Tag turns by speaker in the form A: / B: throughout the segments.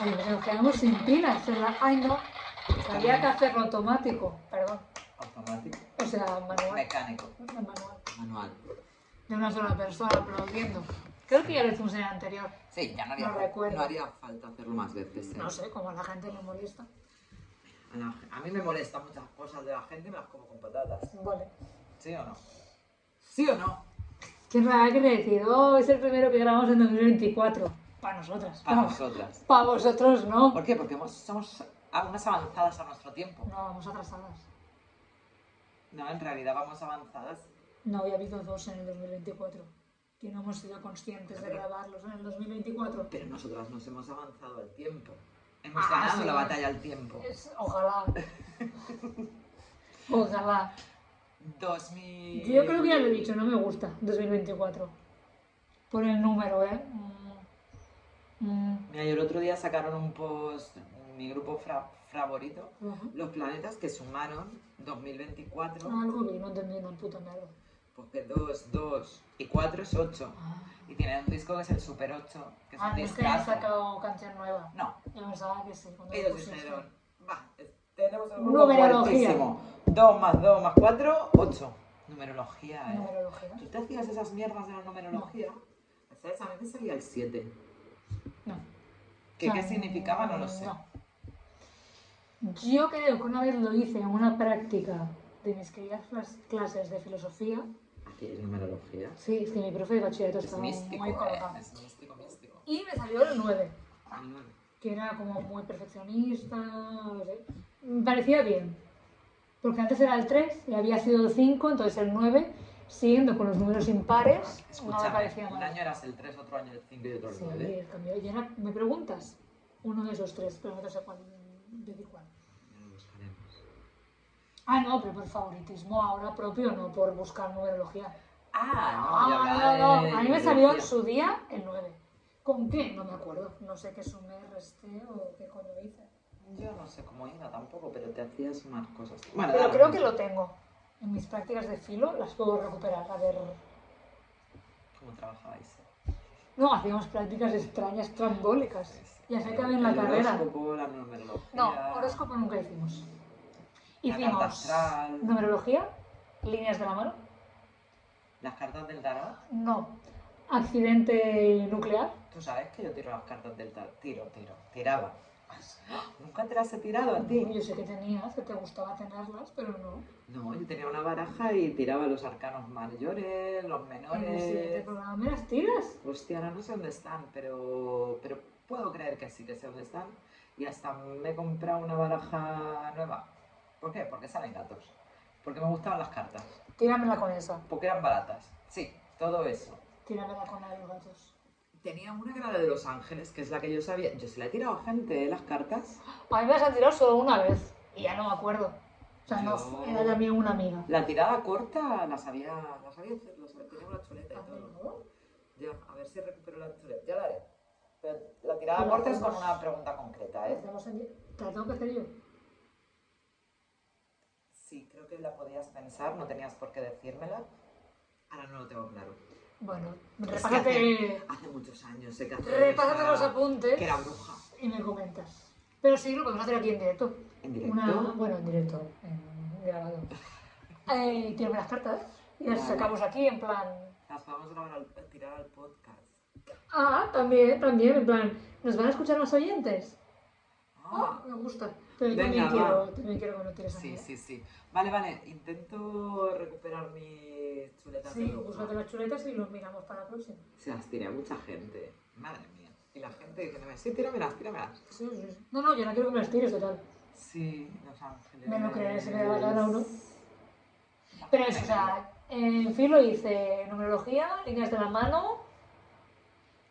A: Oye, nos quedamos sin pilas. se la- Ay, no. Había que hacerlo automático. Perdón.
B: Automático.
A: O sea, manual.
B: Mecánico.
A: manual.
B: Manual.
A: De una sola persona aplaudiendo. Creo que ya lo hicimos en el anterior.
B: Sí, ya no haría,
A: No
B: falta-
A: recuerdo.
B: no haría falta hacerlo más veces. ¿eh?
A: No sé, como a la gente le molesta.
B: A, la- a mí me molestan muchas cosas de la gente y me las como con patatas.
A: Vale.
B: ¿Sí o no? ¿Sí o no?
A: ¿Quién me ha crecido? Es el primero que grabamos en 2024. Para nosotras.
B: Para nosotras.
A: Para vosotros no.
B: ¿Por qué? Porque hemos- somos a- unas avanzadas a nuestro tiempo.
A: No, vamos atrasadas.
B: No, en realidad vamos avanzadas.
A: No había habido dos en el 2024. Que no hemos sido conscientes de grabarlos en el 2024.
B: Pero nosotras nos hemos avanzado al tiempo. Hemos
A: Ah,
B: ganado
A: sí.
B: la batalla al tiempo.
A: Es- ojalá. Ojalá.
B: 2000...
A: Yo creo que ya lo he dicho, no me gusta 2024. Por el número, ¿eh? Mm. Mm.
B: Mira, yo el otro día sacaron un post, mi grupo fra- favorito,
A: Ajá.
B: los planetas que sumaron 2024,
A: Algo vi, no entendí una puta mierda.
B: porque 2, 2 y 4 es 8. Y tienen un disco que es el Super 8, que es
A: Ah,
B: un
A: no Ah, es que han
B: discazo.
A: sacado canción nueva.
B: No,
A: Yo pensaba que sí. cuando lo
B: ellos
A: pusiste.
B: dijeron, va, es- tenemos un
A: Una
B: grupo
A: numerología.
B: fuertísimo. 2 más 2 más 4, 8. Numerología, eh.
A: Numerología.
B: ¿Tú te hacías esas mierdas de la numerología? ¿Sabes? A mí me salía el 7.
A: No.
B: ¿Qué,
A: O
B: ¿Qué
A: sea,
B: significaba? No lo sé.
A: no. Yo creo que una vez lo hice en una práctica de mis queridas clas- clases de filosofía.
B: Aquí es numerología.
A: Sí, es que mi profe de bachillerato
B: Es
A: estaba
B: místico,
A: muy
B: eh,
A: colocado.
B: es místico, místico.
A: Y me salió el 9.
B: Ay, no, no.
A: que era como muy perfeccionista, no sé. Me parecía bien. Porque antes era el 3 y había sido el 5, entonces el 9, siguiendo con los números impares, no me
B: Escúchame,
A: parecía
B: un
A: mal.
B: año eras el 3, otro año el 5 y otro el
A: Sí,
B: 9.
A: el cambio. Y ahora me preguntas uno de esos tres, pero no sé cuál, decir cuál.
B: Ya lo buscaremos.
A: Ah, no, pero por favoritismo ahora propio, no por buscar numerología.
B: Ah, no, ya
A: Ah,
B: hablaba
A: no,
B: de-
A: no, a mí me
B: de-
A: salió en
B: de-
A: su día el 9. ¿Con qué? No me acuerdo. No sé qué sumé, resté o qué coño hice.
B: Yo no sé cómo iba tampoco, pero te hacías más cosas. Bueno,
A: Pero
B: da
A: creo
B: mismo.
A: que lo tengo. En mis prácticas de filo las puedo recuperar. A ver.
B: ¿Cómo trabajabais?
A: No, hacíamos prácticas extrañas, trambólicas. Y hasta que en la
B: El
A: carrera.
B: horóscopo, la numerología.
A: No, horóscopo nunca hicimos.
B: La carta
A: Hicimos
B: astral.
A: numerología, líneas de la mano.
B: Las cartas del tarot.
A: No, accidente nuclear.
B: Tú sabes que yo tiro las cartas del tarot. Tiro, tiro. Tiraba. Nunca te las he tirado a ti.
A: Yo sé que tenías, que te gustaba tenerlas, pero no.
B: No, yo tenía una baraja y tiraba los arcanos mayores, los
A: En el siguiente
B: menores.
A: programa me las tiras.
B: Hostia, ahora Pues no sé dónde están, pero, pero puedo creer que sí que sé dónde están. Y hasta me he comprado una baraja nueva. ¿Por qué? Porque salen gatos. Porque me gustaban las cartas.
A: Tíramela con esa.
B: Porque eran baratas. Sí, todo eso.
A: Tíramela con la de los gatos.
B: Tenía una que era la de Los Ángeles, que es la que yo sabía. Yo se la he tirado a gente, ¿eh? Las cartas.
A: A mí me las han tirado solo una vez. Y ya no me acuerdo. O sea, no,
B: Yo-
A: era también una amiga.
B: La tirada corta la sabía, la sabía hacer, la sabía, tenía una chuleta y
A: Ah,
B: todo.
A: ¿no?
B: Ya, a ver si recupero la chuleta. Ya la haré. Pero la tirada
A: Hola,
B: corta es con
A: Tomás.
B: una pregunta concreta, ¿eh?
A: Estamos en- ¿Te la tengo que hacer yo?
B: Sí, creo que la podías pensar, no tenías por qué decírmela. Ahora no lo tengo claro.
A: Bueno,
B: Es que
A: repásate,
B: hace, hace muchos años sé que hace
A: repásate
B: bruja-
A: los apuntes
B: Que era bruja.
A: y me comentas. Pero sí, lo podemos hacer aquí en directo.
B: En directo.
A: Una- bueno, en directo, en grabado. Eh, tírame las cartas y las
B: Vale.
A: sacamos aquí en plan...
B: Las podemos grabar al- tirar al podcast.
A: Ah, también, también, en plan, ¿nos van a escuchar los oyentes? Ah,
B: Ah,
A: me gusta. Pero yo también
B: Venga, va.
A: quiero, también quiero que me lo tires a mí,
B: sí,
A: ¿eh?
B: sí, sí. Vale, vale. Intento recuperar mis chuletas
A: Sí,
B: de bruja.
A: búscate las chuletas y los miramos para la próxima.
B: Se las tiré a mucha gente. Madre mía. Y la gente diciéndome, sí, tíramelas, tíramelas.
A: Sí, sí, sí. No, no, yo no quiero que me las tires, total.
B: Sí, Los Ángeles.
A: Me lo creeré si me da la gana o no. Pero eso, o sea, en filo hice numerología, líneas de la mano,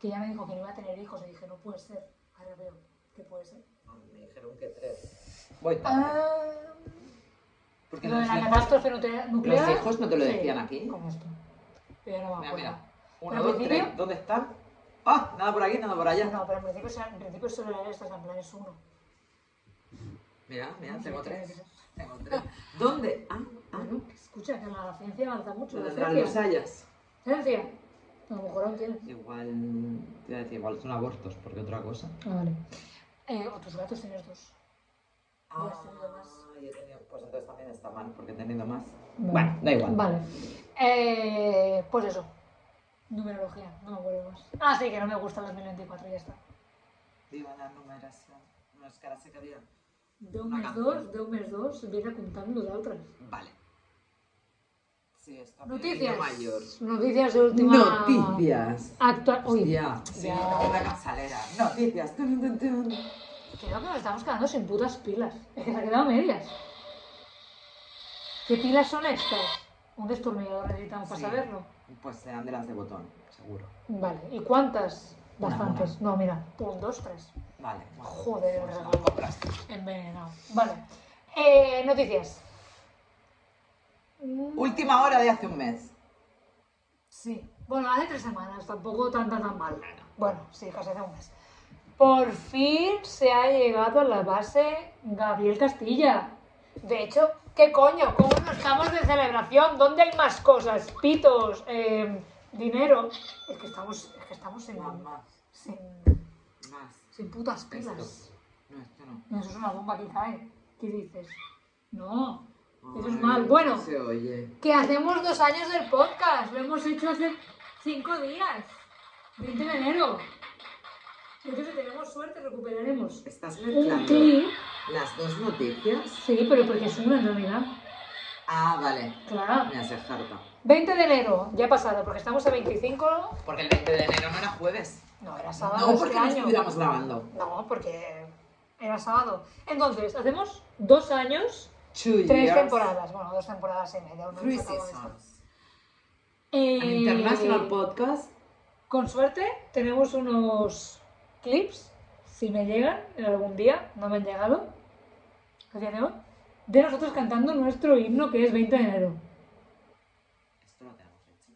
A: que ya me dijo que no iba a tener hijos y dije, no puede ser. Ahora veo que puede ser.
B: Me dijeron que tres. Voy tarde.
A: Ah,
B: porque
A: lo de
B: los
A: la
B: hijos-
A: catástrofe nucle- nuclear.
B: los hijos no te lo decían aquí.
A: Como esto. Pero ya no me
B: Mira,
A: acuerdo.
B: mira.
A: Pero
B: Uno,
A: al
B: dos,
A: principio-
B: tres. ¿Dónde están? ¡Ah! Nada por aquí, nada por allá.
A: No, pero en principio, son- en principio solo era esto, o sea, en plan es uno.
B: Mira, mira,
A: Sí,
B: tengo
A: sí, sí,
B: tres.
A: sí.
B: Tengo tres. ¿Dónde? Ah, ah,
A: Bueno, escucha, que la ciencia avanza mucho.
B: lo
A: la
B: tendrán los
A: ciencia.
B: hayas.
A: Ciencia. A lo mejor aún tiene.
B: Igual, te iba a decir, igual son abortos, porque otra cosa.
A: Ah, vale. Eh, o tus gatos tienes dos. Ah, has tenido más.
B: yo he tenido- pues entonces también está mal, porque he tenido más. Bueno, da igual.
A: Vale. Eh, pues eso. Numerología, no me acuerdo más. Ah, sí, que no me gusta el 2024, ya está.
B: Viva la numeración. No es que ahora se quería.
A: De un mes
B: Acá.
A: dos, de un mes dos, viene apuntando de otras.
B: Vale. Sí, está bien.
A: Noticias.
B: Mayor.
A: Noticias de última.
B: Noticias.
A: Actual. Uy,
B: Hostia, sí,
A: Ya.
B: una casalera. Noticias. Tun, tun, tun.
A: creo que nos estamos quedando sin putas pilas. Es que se ha quedado medias. ¿Qué pilas son estas? Un destornillador necesitamos
B: Sí.
A: para saberlo.
B: Pues serán de las de botón, seguro.
A: Vale, ¿y cuántas?
B: Una,
A: Bastantes. No, mira, un, dos, tres.
B: Vale. bueno,
A: Joder,
B: pues
A: regalo.
B: la compraste.
A: Envenenado. Vale. Eh, noticias. Mm,
B: Última hora de hace un mes.
A: Sí. Bueno, hace tres semanas, tampoco tan tan tan mal. Bueno, sí, casi hace un mes. Por fin se ha llegado a la base Gabriel Castilla. De hecho, ¿qué coño? ¿Cómo no estamos de celebración? ¿Dónde hay más cosas? Pitos, eh, dinero. Es que estamos, es que estamos en,
B: más.
A: sin,
B: Más.
A: sin putas
B: Esto.
A: pilas.
B: No, esto no.
A: No, eso es una bomba que cae. ¿Qué dices? No. Eso es
B: Ay,
A: mal. Bueno,
B: no se oye.
A: que hacemos dos años del podcast. Lo hemos hecho hace cinco días. 20 de enero. Yo creo que si tenemos suerte recuperaremos.
B: ¿Estás
A: Un
B: mezclando
A: clip.
B: las dos noticias?
A: Sí, pero porque es una en realidad.
B: Ah, vale.
A: Claro.
B: Me hace harta.
A: 20 de enero, ya ha pasado, porque estamos a 25.
B: Porque el 20 de enero no era jueves.
A: No, era sábado
B: No,
A: este
B: porque no
A: año.
B: estuviéramos grabando.
A: No, porque era sábado. Entonces, hacemos dos años,
B: Two
A: tres
B: years,
A: temporadas. Bueno, dos temporadas y media. aún no
B: Three
A: se acabó esto.
B: seasons.
A: Eh,
B: An international podcast.
A: Con suerte tenemos unos clips, si me llegan en algún día, no me han llegado, a día de hoy, de nosotros cantando nuestro himno que es 20 de enero.
B: Esto lo tenemos hecho.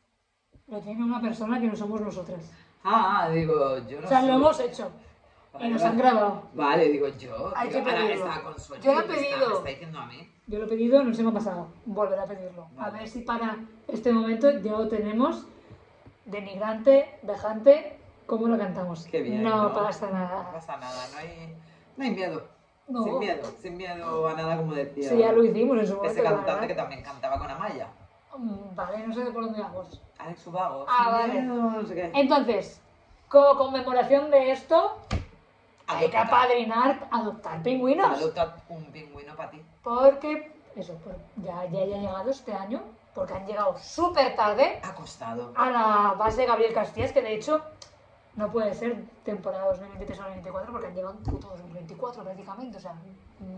A: Lo tiene una persona que no somos nosotras.
B: Ah, ah, digo, yo no
A: O sea,
B: sé.
A: lo hemos hecho y
B: Vale,
A: nos han
B: vale.
A: grabado.
B: Vale, digo yo.
A: Hay
B: digo,
A: que
B: ahora
A: pedirlo.
B: está con suerte,
A: Yo lo he
B: me está-
A: pedido.
B: Me está diciendo a mí.
A: Yo lo he pedido, no se me ha pasado. Volveré a pedirlo. A
B: Vale.
A: ver si para este momento ya lo tenemos. Denigrante, vejante, ¿cómo lo cantamos?
B: Qué bien,
A: no,
B: ¿no?
A: pasa
B: No
A: nada.
B: pasa nada, no hay, no hay miedo.
A: No.
B: Sin miedo, sin miedo a nada como decía.
A: Sí, ya lo hicimos en su momento.
B: Ese
A: la
B: cantante que
A: verdad. ¿eh?
B: también cantaba con Amaya.
A: Mm, Vale, no sé de por dónde vamos.
B: Alex Ubago.
A: Ah,
B: sin
A: vale.
B: miedo, no sé qué.
A: Entonces, como conmemoración de esto, hay que
B: Adopta-
A: apadrinar, adoptar pingüinos.
B: Adopta un pingüino para ti.
A: Porque, eso, por- ya, ya haya llegado este año, porque han llegado súper tarde
B: Acostado.
A: a la base de Gabriel Castillas, que de hecho no puede ser temporada 2023 o 2024, porque han llegado en puto 2024 prácticamente, o sea, mm,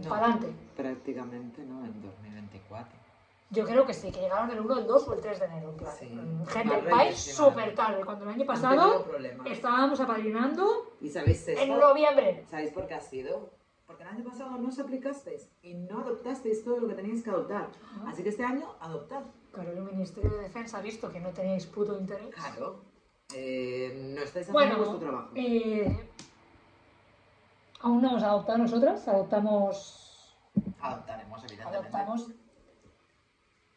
B: No.
A: para adelante.
B: Prácticamente no, en 2024.
A: Yo creo que sí, que llegaron del 1, el 2 o el 3 de enero. en plan,
B: Sí.
A: mm, Gente,
B: Más
A: vais
B: reyes, sí, madre.
A: súper tarde, cuando el año
B: Han tenido
A: pasado
B: problemas.
A: estábamos apadrinando
B: ¿Y sabéis esto?
A: en noviembre.
B: ¿Sabéis por qué ha sido? Porque el año pasado no os aplicasteis y no adoptasteis todo lo que teníais que adoptar.
A: Ajá.
B: Así que este año, adoptad.
A: Claro, el Ministerio de Defensa ha visto que no teníais puto interés.
B: Claro. Eh, no estáis haciendo
A: Bueno,
B: vuestro trabajo.
A: eh, aún no hemos adoptado nosotras, adoptamos,
B: Adoptaremos, evidentemente.
A: adoptamos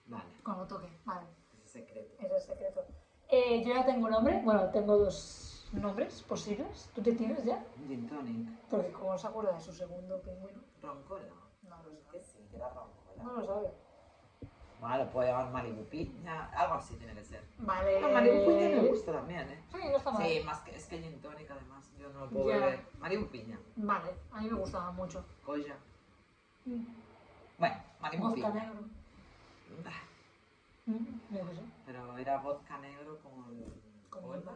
B: Vale,
A: cuando toque, vale,
B: ese es secreto.
A: ese es secreto. Eh, yo ya tengo nombre, bueno, tengo dos nombres posibles, ¿tú te tienes ya?
B: Gin tonic.
A: Porque como se acuerda de su segundo pingüino,
B: Roncola.
A: no lo sabe.
B: Pues Que sí, que era roncola.
A: No lo sabe.
B: Vale, lo puedo llamar Maricupiña. Algo así tiene que ser.
A: Vale.
B: No, Maricupiña me gusta también, ¿eh?
A: Sí, no está mal.
B: Sí, más que es que gin tonic además. Yo no lo puedo
A: Ya.
B: beber. Maricupiña.
A: Vale, a mí me gustaba mucho.
B: Coya.
A: Mm,
B: Bueno,
A: Vodka
B: Maricupiña.
A: negro.
B: Bah.
A: Mm, Yo qué sé.
B: Pero era vodka negro con...
A: Con
B: con-
A: vodka.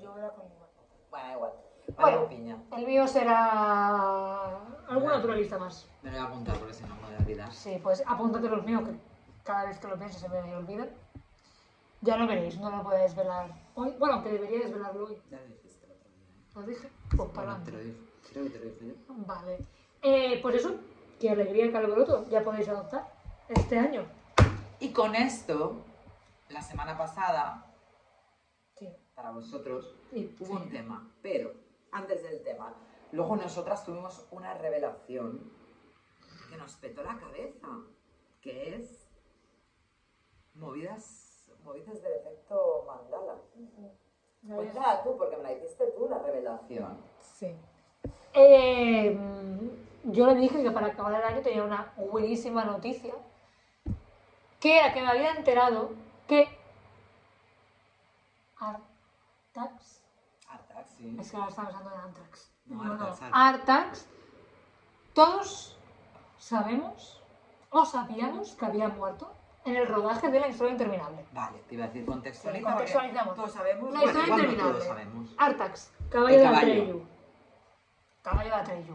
A: Yo era con igual.
B: Bueno, da igual.
A: Bueno.
B: Maricupiña.
A: El mío será algún naturalista más.
B: Me lo voy a apuntar porque si no me voy a olvidar.
A: Sí, pues apúntate los míos que cada vez que lo pienso se me olvidan. Ya lo veréis, no lo podéis desvelar hoy. Bueno, aunque debería desvelarlo hoy.
B: Ya lo dijiste el otro día. ¿eh?
A: ¿Lo dije? Pues para
B: Bueno, te lo
A: adelante.
B: dije. Creo que te lo dije yo.
A: Vale. Eh, pues eso, qué alegría, que alboroto. Ya podéis adoptar este año.
B: Y con esto, la semana pasada
A: Sí.
B: para vosotros,
A: Y-
B: hubo un tema, pero antes del tema, luego nosotras tuvimos una revelación que nos petó la cabeza, que es movidas, movidas del efecto mandala.
A: No había-
B: Cuéntala tú, porque me la hiciste tú la revelación.
A: Sí. Eh, mm, yo le dije que para acabar el año tenía una buenísima noticia, que era que me había enterado que Artax,
B: Artax, sí.
A: es que ahora estaba pensando en Antrax,
B: No,
A: Bueno,
B: Artax, Artax.
A: Artax, todos sabemos o sabíamos que había muerto en el rodaje de la historia interminable.
B: Vale, te iba a decir contextualiza.
A: Sí,
B: porque
A: contextualizamos.
B: Todos sabemos.
A: La
B: bueno,
A: historia
B: igual no
A: interminable.
B: Todos sabemos.
A: Artax, caballo de
B: El caballo.
A: Atreyu. Caballo de Atreyu.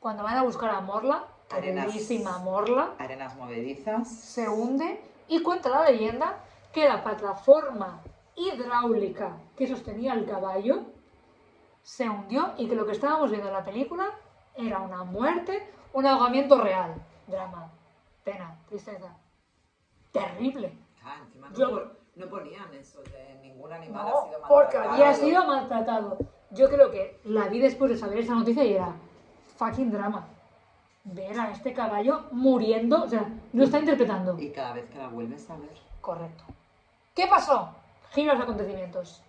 A: Cuando van a buscar a Morla, la
B: Arenas.
A: bellísima Morla,
B: Arenas movedizas.
A: se hunde y cuenta la leyenda que la plataforma hidráulica que sostenía el caballo se hundió y que lo que estábamos viendo en la película era una muerte, un ahogamiento real. Drama, pena, tristeza. Terrible.
B: Ah, encima no,
A: Yo-
B: pon- no ponían eso de ningún animal
A: No,
B: ha sido
A: porque
B: maltratado.
A: había sido maltratado. Yo creo que la vi después de saber esa noticia y era fucking drama. Ver a este caballo muriendo, o sea, lo está interpretando.
B: Y cada vez que la vuelves a ver.
A: Correcto. ¿Qué pasó? Giro los acontecimientos.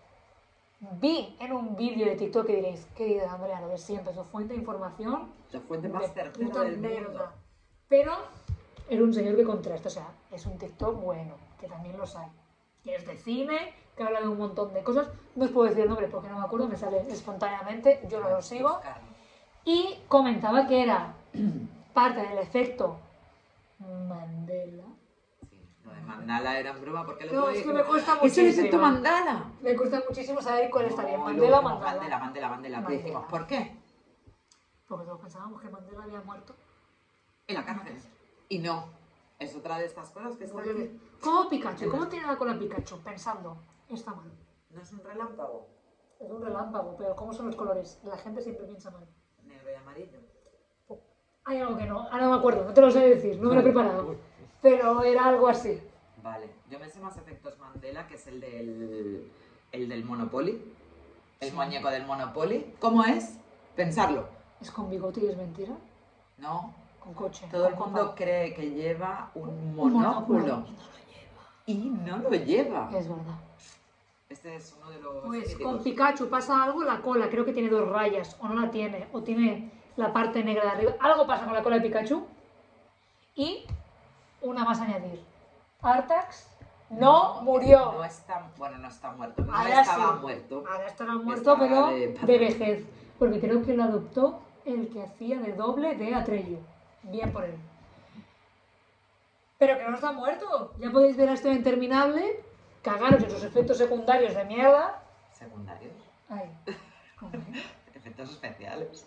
A: Vi en un vídeo de TikTok que diréis, querida Andrea, lo de siempre, su fuente de información
B: La fuente
A: de
B: más certera
A: puta
B: del mundo.
A: mierda. Pero era un señor que contrasta, o sea, es un TikTok bueno, que también los hay. Que es de cine, que habla de un montón de cosas. No os puedo decir el nombre porque no me acuerdo, me sale espontáneamente, yo no lo sigo.
B: Buscarlo.
A: Y comentaba que era parte del efecto Mandela.
B: Sí, lo de Mandala era en broma porque el
A: No,
B: otro
A: es
B: día
A: que me
B: dijimos,
A: cuesta
B: "Es el
A: muchísimo".
B: efecto Mandala.
A: Me cuesta muchísimo saber cuál está bien,
B: No,
A: Mandela o
B: luego dijimos,
A: Mandala.
B: Mandela, Mandela, Mandela. ¿Qué
A: Mandela.
B: dijimos? ¿Por qué?
A: Porque todos pensábamos que Mandela había muerto.
B: En la cárcel. Y no. Es otra de estas cosas que está
A: Porque-
B: aquí.
A: ¿Cómo Pikachu? ¿Cómo tiene la cola Pikachu? Pensando, está mal.
B: No es un relámpago.
A: Es un relámpago, pero ¿cómo son los colores? La gente siempre piensa mal.
B: Negro y amarillo.
A: Hay algo que no, ahora no me acuerdo, no te lo sé decir, no me lo he preparado. Pero era algo así.
B: Vale, yo me sé más efectos Mandela, que es el del, el del Monopoly. El muñeco del Monopoly. ¿Cómo es? Pensarlo.
A: ¿Es con bigote y es mentira?
B: No,
A: Con coche.
B: todo el
A: con
B: mundo
A: copa.
B: cree que lleva un
A: Un monóculo.
B: monóculo y no lo lleva.
A: Es verdad.
B: Este es uno de los
A: Pues con
B: míticos.
A: Pikachu pasa algo, la cola creo que tiene dos rayas, o no la tiene, o tiene la parte negra de arriba. Algo pasa con la cola de Pikachu. Y una más a añadir. Artax no, murió.
B: No está, bueno, no está muerto. No
A: Ahora
B: estaba
A: sí.
B: muerto.
A: Ahora estará muerto,
B: Está
A: pero
B: de-
A: de vejez. Porque creo que lo adoptó el que hacía de doble de Atreyu. Bien por él. Pero que no está muerto. Ya podéis ver la historia interminable. Cagaros en sus efectos secundarios de mierda.
B: Secundarios.
A: Ay. ¿cómo que?
B: Efectos especiales.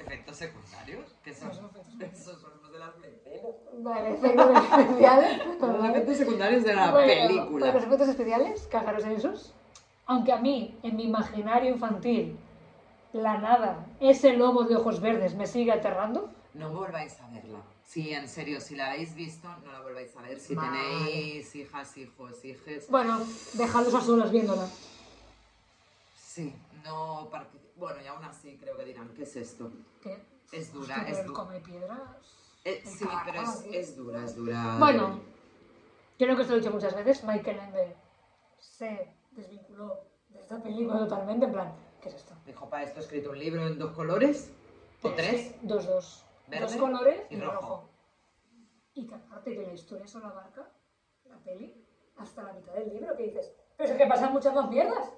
B: Efectos secundarios. ¿Qué son?
A: No son efectos
B: Esos son los de las mentiras.
A: Vale, efectos especiales.
B: Los efectos secundarios de la
A: Bueno,
B: película.
A: Pero los efectos especiales, cagaros en esos. Aunque a mí, en mi imaginario infantil, la nada, ese lobo de ojos verdes me sigue aterrando.
B: No volváis a verla. Sí, en serio, si la habéis visto, no la volváis a ver. Si
A: Vale.
B: tenéis hijas, hijos, hijes.
A: Bueno, dejadlos a solas viéndola.
B: Sí, no partic- Bueno, y aún así creo que dirán, ¿qué es esto?
A: ¿Qué?
B: Es dura,
A: Hostia, pero
B: es
A: el
B: du-
A: come piedras.
B: Eh, sí,
A: Ah,
B: pero es,
A: sí.
B: es dura, es dura.
A: Bueno, yo creo que esto lo he dicho muchas veces. Michael Ende se desvinculó de esta película totalmente. En plan, ¿qué es esto?
B: Dijo, para esto he escrito un libro en dos colores
A: Pues
B: o tres.
A: Dos, dos.
B: Verde
A: dos colores
B: y
A: y,
B: rojo.
A: rojo. Y que aparte que la historia solo abarca la peli hasta la mitad del libro, que dices, pero es que pasan muchas más mierdas.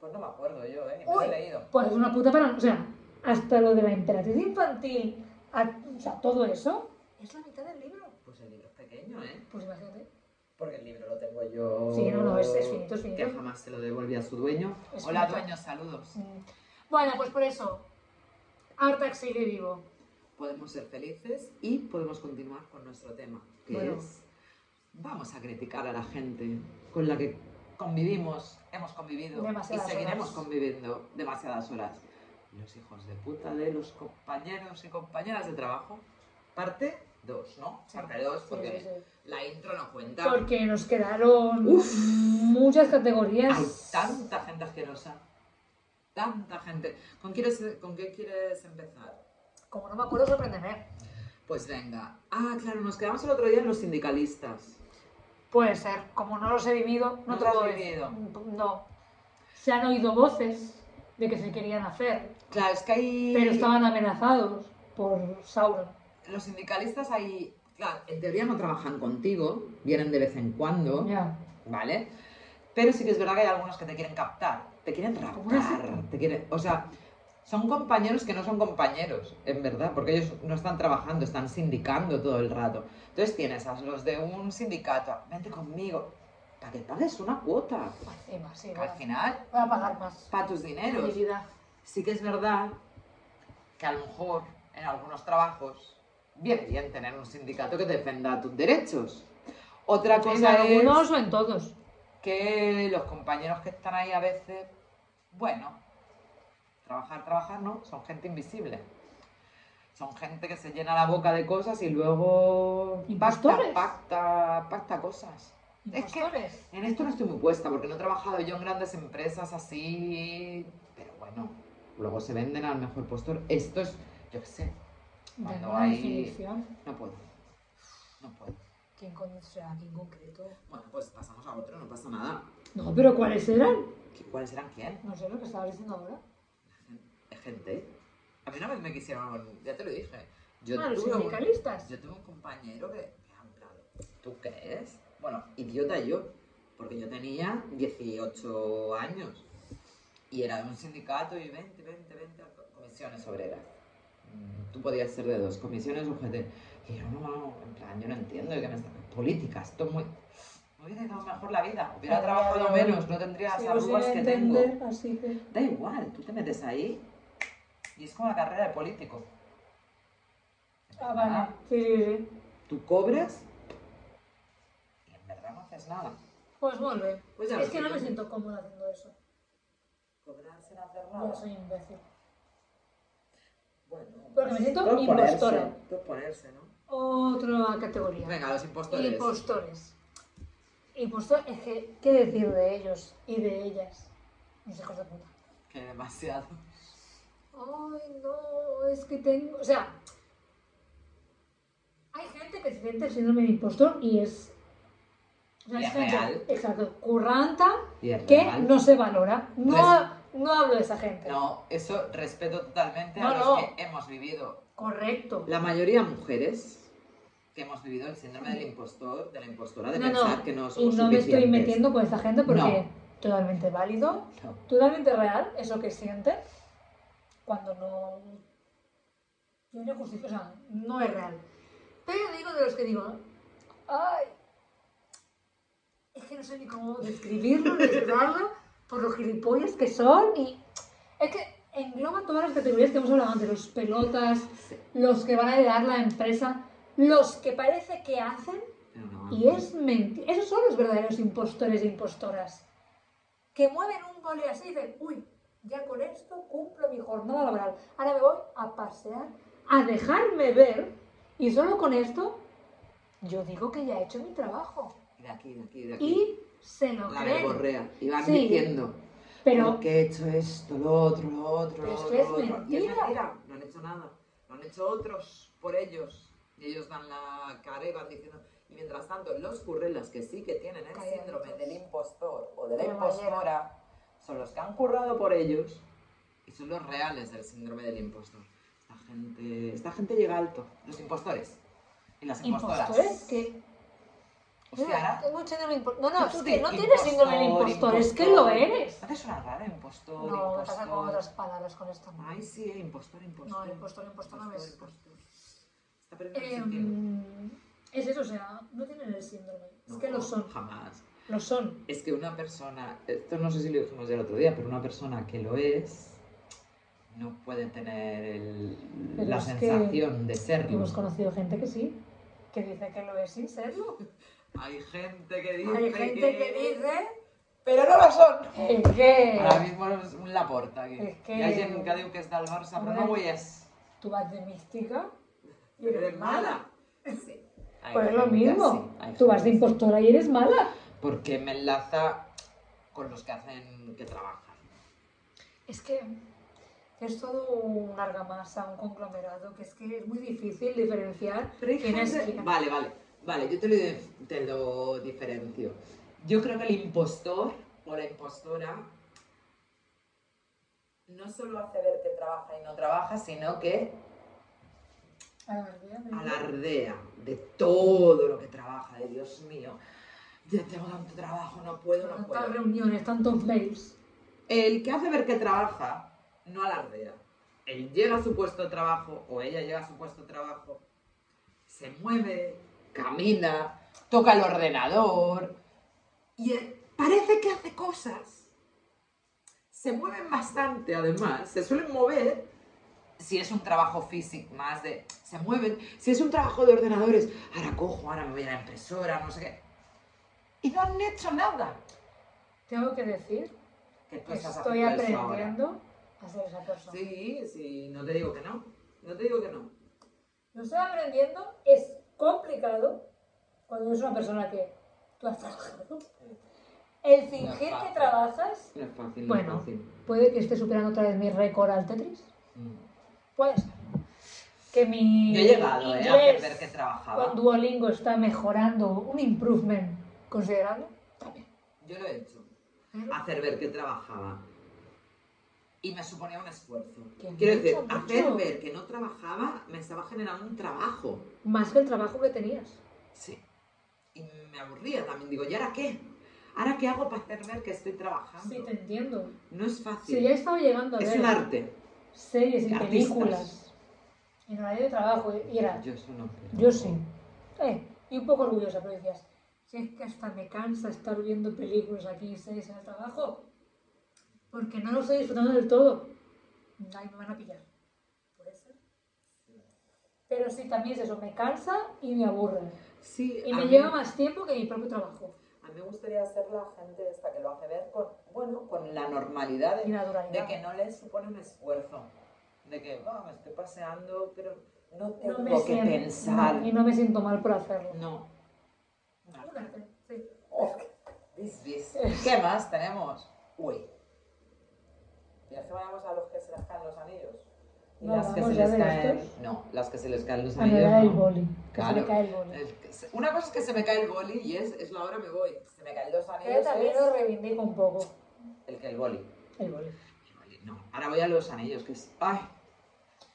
B: Pues no me acuerdo yo, ¿eh? Ni me
A: Uy,
B: lo he leído.
A: Pues es una puta para... O sea, hasta lo de la emperatriz infantil, a- o sea, todo eso, es la mitad del libro.
B: Pues el libro es pequeño, ¿eh?
A: Pues imagínate.
B: Porque el libro lo tengo yo.
A: Sí, no, no, es- es finito, es
B: Que
A: finito.
B: jamás se lo devolví a su dueño.
A: Es
B: Hola,
A: finito.
B: dueño, saludos.
A: Mm. Bueno, pues por eso, Artax sigue vivo.
B: podemos ser felices y podemos continuar con nuestro tema, que
A: Bueno.
B: es vamos a criticar a la gente con la que convivimos, hemos convivido
A: Demasiadas
B: y seguiremos
A: horas.
B: conviviendo demasiadas horas. Los hijos de puta de los compañeros y compañeras de trabajo, parte 2, ¿no? Parte 2, porque
A: Sí, sí, sí.
B: la intro no cuenta.
A: Porque nos quedaron
B: Uf.
A: muchas categorías.
B: Hay tanta gente asquerosa. Tanta gente. ¿Con, quieres- ¿Con qué quieres empezar?
A: Como no me acuerdo, sorpréndeme.
B: Pues venga. Ah, claro, nos quedamos el otro día en los sindicalistas.
A: Puede ser, como no los he vivido, no,
B: No
A: te
B: los
A: lo
B: has
A: voy a decir.
B: vivido.
A: No. Se han oído voces de que se querían hacer,
B: Claro, es que hay.
A: pero estaban amenazados por Sauron.
B: Los sindicalistas hay. Claro, en teoría no trabajan contigo, vienen de vez en cuando,
A: Ya.
B: ¿vale? Pero sí que es verdad que hay algunos que te quieren captar, te quieren
A: una
B: raptar, te quieren. O sea, son compañeros que no son compañeros, en verdad, porque ellos no están trabajando, están sindicando todo el rato. Entonces tienes a los de un sindicato, vente conmigo, para que pagues una cuota.
A: Encima, sí,
B: Al
A: va.
B: final,
A: Voy a pagar más.
B: para tus dineros.
A: Mi vida.
B: Sí que es verdad que a lo mejor en algunos trabajos viene bien tener un sindicato que defienda tus derechos. Otra
A: En
B: cosa es
A: algunos o en todos.
B: que los compañeros que están ahí a veces, bueno, trabajar, trabajar, ¿no? Son gente invisible. Son gente que se llena la boca de cosas y luego pacta,
A: Impostores.
B: pacta, pacta cosas. Es que-
A: Impostores.
B: En esto no estoy muy puesta porque no he trabajado yo en grandes empresas así, pero bueno, luego se venden al mejor postor. Esto es, yo qué sé,
A: De
B: cuando
A: nueva
B: hay-
A: definición.
B: no puedo. No puedo.
A: ¿Quién con... o sea, aquí en concreto?
B: Bueno, pues pasamos a otro, no pasa nada.
A: No, pero ¿cuáles eran?
B: ¿Qui- ¿Cuáles eran quién?
A: No sé lo que estabas diciendo ahora.
B: Es gente. ¿eh? A mí una vez me quisieron, ya te lo dije. Yo
A: Ah, los
B: tuve un-
A: sindicalistas.
B: Yo tuve un compañero que me ha hablado. ¿Tú crees? Bueno, idiota yo, porque yo tenía 18 años y era de un sindicato y 20, 20, 20 a co- comisiones obreras. Mm, Tú podías ser de dos, comisiones o GT. Y yo no, no, en plan, yo no entiendo de qué me está. Política, esto es muy. Me hubiera ido mejor la vida, hubiera
A: Ah,
B: trabajado
A: vale.
B: menos, no tendría las
A: Sí, lo
B: arrugas
A: sigo
B: que tengo.
A: entender, así que...
B: Da igual, tú te metes ahí y es como la carrera de político.
A: Ah, vale. Sí, sí, sí.
B: Tú cobras y en verdad no haces nada.
A: Pues molt bé.
B: Pues ya
A: es
B: lo
A: que no me
B: siento.
A: siento cómoda haciendo eso.
B: Cobrar sin hacer
A: Yo soy imbécil.
B: Bueno,
A: Pero me siento
B: todo es
A: impostora.
B: ponerse, todo es ponerse, ¿no?
A: Otra categoría.
B: Venga, los impostores.
A: Impostores. Impostores, es que, ¿qué decir de ellos y de ellas? Mis hijos de puta.
B: que demasiado.
A: Ay, no, es que tengo. O sea, hay gente que se siente el síndrome de impostor y es. o sea,
B: Y
A: es
B: es
A: gente,
B: real.
A: Exacto, curranta
B: Y es
A: que
B: real.
A: no se valora. No,
B: Res-
A: no hablo de esa gente.
B: No, eso respeto totalmente
A: No,
B: a los
A: no.
B: que hemos vivido.
A: Correcto.
B: La mayoría mujeres que hemos vivido el síndrome del impostor, de la impostora, de
A: No,
B: pensar
A: no,
B: que no
A: y
B: somos
A: no me estoy
B: suficientes.
A: metiendo con esa gente porque totalmente válido,
B: No.
A: totalmente real, es lo que sientes cuando no tiene justicia, o sea, no es real. Pero digo de los que digo, ay, es que no sé ni cómo describirlo, describirlo, por los gilipollas que son y es que engloba todas las categorías que hemos hablado antes, los pelotas,
B: Sí,
A: los que van a heredar la empresa, los que parece que hacen
B: pero no,
A: y es mentira. Esos son los verdaderos impostores e impostoras. Que mueven un gole así y dicen, uy, ya con esto cumplo mi jornada laboral. Ahora me voy a pasear, a dejarme ver. Y solo con esto, yo digo que ya he hecho mi trabajo.
B: Y de aquí, de aquí, de aquí.
A: Y se lo
B: la
A: creen.
B: verborrea. Y van
A: Sí.
B: diciendo,
A: Pero
B: "¿Por qué he hecho esto, lo otro, lo otro,
A: Pero
B: lo
A: es
B: otro.
A: que es
B: lo otro?". Y
A: mentira.
B: no han hecho nada. Lo han hecho otros por ellos. Y ellos dan la cara y van diciendo. Y mientras tanto, los currelas que sí que tienen el
A: Calladitos.
B: síndrome del impostor o de la
A: Pero
B: impostora son los que han currado por ellos y son los reales del síndrome del impostor. Esta gente, esta gente llega alto. Los impostores. Y las impostoras.
A: impostores que...
B: Hostia, ahora-
A: tengo un síndrome de impo- No, no,
B: Tú
A: es
B: de
A: que no tienes síndrome de
B: impostor,
A: impostor, es que lo
B: impostor.
A: eres.
B: ¿No te suena raro impostor,
A: No, me pasa con
B: impostor?
A: otras palabras con esto.
B: Ay, sí, eh, impostor, impostor.
A: No, impostor, impostor no me suena.
B: Está perdiendo el sentido.
A: Em, es eso, o sea, no tienen el síndrome. Es
B: No,
A: que lo son.
B: Jamás.
A: Lo son.
B: Es que una persona, esto no sé si lo dijimos ya el otro día, pero una persona que lo es no puede tener el-
A: Pero
B: la
A: es que-
B: sensación de serlo.
A: Hemos conocido gente que sí, que dice que lo es sin serlo.
B: Hay gente que dice
A: Hay
B: eh,
A: gente que dice
B: Pero no lo son.
A: es que
B: Ahora mismo es un Laporta aquí.
A: Es que-
B: Hi ha gent que diu que és del Barça, però no
A: Hombre.
B: ho és.
A: tú vas de mística y
B: Pero
A: eres
B: es mala.
C: Sí.
B: Ahí
A: Pues es
B: va,
A: lo
B: mira,
A: mismo.
B: sí, ahí
A: Tú
B: va.
A: vas de impostora y eres mala.
B: Porque me enlaza con los que hacen que trabajan.
A: Es que es todo un argamasa, un conglomerado, que es que es muy difícil diferenciar
C: Pero hay
A: quién es
C: gente-
A: quién.
B: Vale, vale, vale, yo te lo, dif- te lo diferencio. Yo creo que el impostor o la impostora no solo hace ver que trabaja y no trabaja, sino que
A: A la verdad, me-
B: alardea de todo lo que trabaja, de Dios mío, ya tengo tanto trabajo, no puedo, no
A: Tantas
B: puedo.
A: reuniones, tantos mails.
B: El que hace ver que trabaja no alardea. Él llega a su puesto de trabajo o ella llega a su puesto de trabajo, se mueve, camina, toca el ordenador y eh, parece que hace cosas. Se mueven bastante además, se suelen mover. Si es un trabajo físico más de... Se mueven. Si es un trabajo de ordenadores, ahora cojo, ahora me voy a la impresora, no sé qué. Y no han hecho nada.
A: Tengo que decir
B: Que tú
A: que
B: estás
A: Pues estoy
B: haciendo eso ahora.
A: aprendiendo a ser esa persona.
B: Sí, sí, no te digo que no. No te digo que no.
A: Lo estoy aprendiendo, es complicado cuando eres una persona que tú has trabajado. El fingir que
B: fácil.
A: trabajas
B: No es fácil,
A: no es Bueno. puede que esté superando otra vez mi récord al Tetris. Puede ser. Que mi
B: Mm. Yo he llegado, eh, a
A: inglés
B: ver que trabajaba.
A: con Duolingo está mejorando un improvement considerable. También.
B: Yo lo he hecho. Hacer ver que trabajaba. Y me suponía un esfuerzo.
A: Que
B: Quiero decir,
A: mucho,
B: hacer
A: mucho.
B: ver que no trabajaba me estaba generando un trabajo.
A: Más que el trabajo que tenías.
B: Sí. Y me aburría también. Digo, ¿y ahora qué? ¿Ahora qué hago para hacer ver que estoy trabajando?
A: Sí, te entiendo.
B: No es
A: Si
B: fácil.
A: ya he estado llegando a
B: Ah, es
A: ver
B: un arte.
A: series y
B: Artistas.
A: películas en horario de trabajo y era
B: Yo soy un hombre.
A: Yo sí. Eh, y un poco orgullosa, pero decías, si es que hasta me cansa estar viendo películas aquí y series en el trabajo, porque no lo estoy disfrutando del todo. Ay, me van a pillar. Puede ser. Pero sí, también es eso, me cansa y me aburre.
B: Sí,
A: Y
B: a
A: me
B: mí-
A: lleva más tiempo que mi propio trabajo.
B: A mí me gustaría ser la gente esta que lo hace ver con, bueno, con la normalidad
A: Y
B: de, de
A: naturalidad.
B: que no les supone un esfuerzo. De que, va, me estoy paseando, pero no
A: No
B: tengo
A: me
B: que
A: siento-
B: pensar.
A: Y no me siento mal por hacerlo.
B: No.
A: Sí.
B: Oh, this, this. ¿Qué más tenemos? Uy. ¿Y que vayamos a los que se les caen los anillos? Y
A: No,
B: las que se
A: vamos a
B: les
A: ver
B: caen...
A: estos.
B: No, las que se les caen los
A: A me da el
B: anillos. no.
A: boli. que se
B: Claro.
A: me cae el boli.
B: El que se- Una cosa es que se me cae el boli y es, es la hora me voy. Se me caen los anillos.
A: Pero también
B: es-
A: lo reivindico un poco.
B: El que el boli.
A: El boli.
B: Vale, No, ahora voy a los anillos, que es... ¡Ay!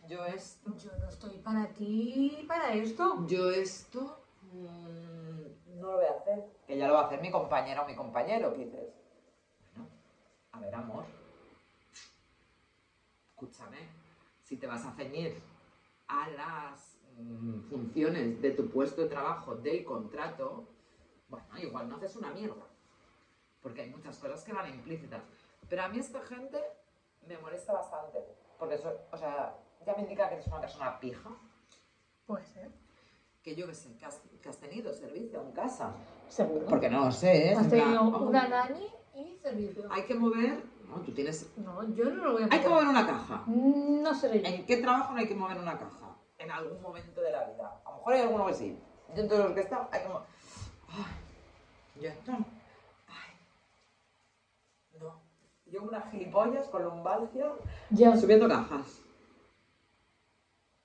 B: Yo esto...
A: Yo no estoy para ti, para esto.
B: Yo esto... mm, no lo voy a hacer. Que ya lo va a hacer mi compañera o mi compañero, que dices. Bueno, a ver, amor. Escúchame, si te vas a ceñir a las mm, funciones de tu puesto de trabajo, del contrato, bueno, igual no haces una mierda. Porque hay muchas cosas que van implícitas. Pero a mí esta gente me molesta bastante. Porque, eso, o sea, ya me indica que eres una persona pija.
A: Puede ser.
B: Que yo que sé, que has, que has tenido servicio en casa.
A: Seguro.
B: Porque no lo sé, ¿eh?
A: Has
B: En plan,
A: tenido
B: oh,
A: una nani y servicio.
B: Hay que mover... No, tú tienes...
A: No, yo no lo voy a
B: Hay que
A: mover.
B: mover una caja.
A: No seré yo.
B: ¿En qué trabajo no hay que mover una caja? En algún momento de la vida. A lo mejor hay alguno que sí. Yo en todos los que he estado, hay como... Ay, yo esto... no. Ay, no. Yo unas gilipollas con lumbalgia
A: Ya,
B: subiendo cajas.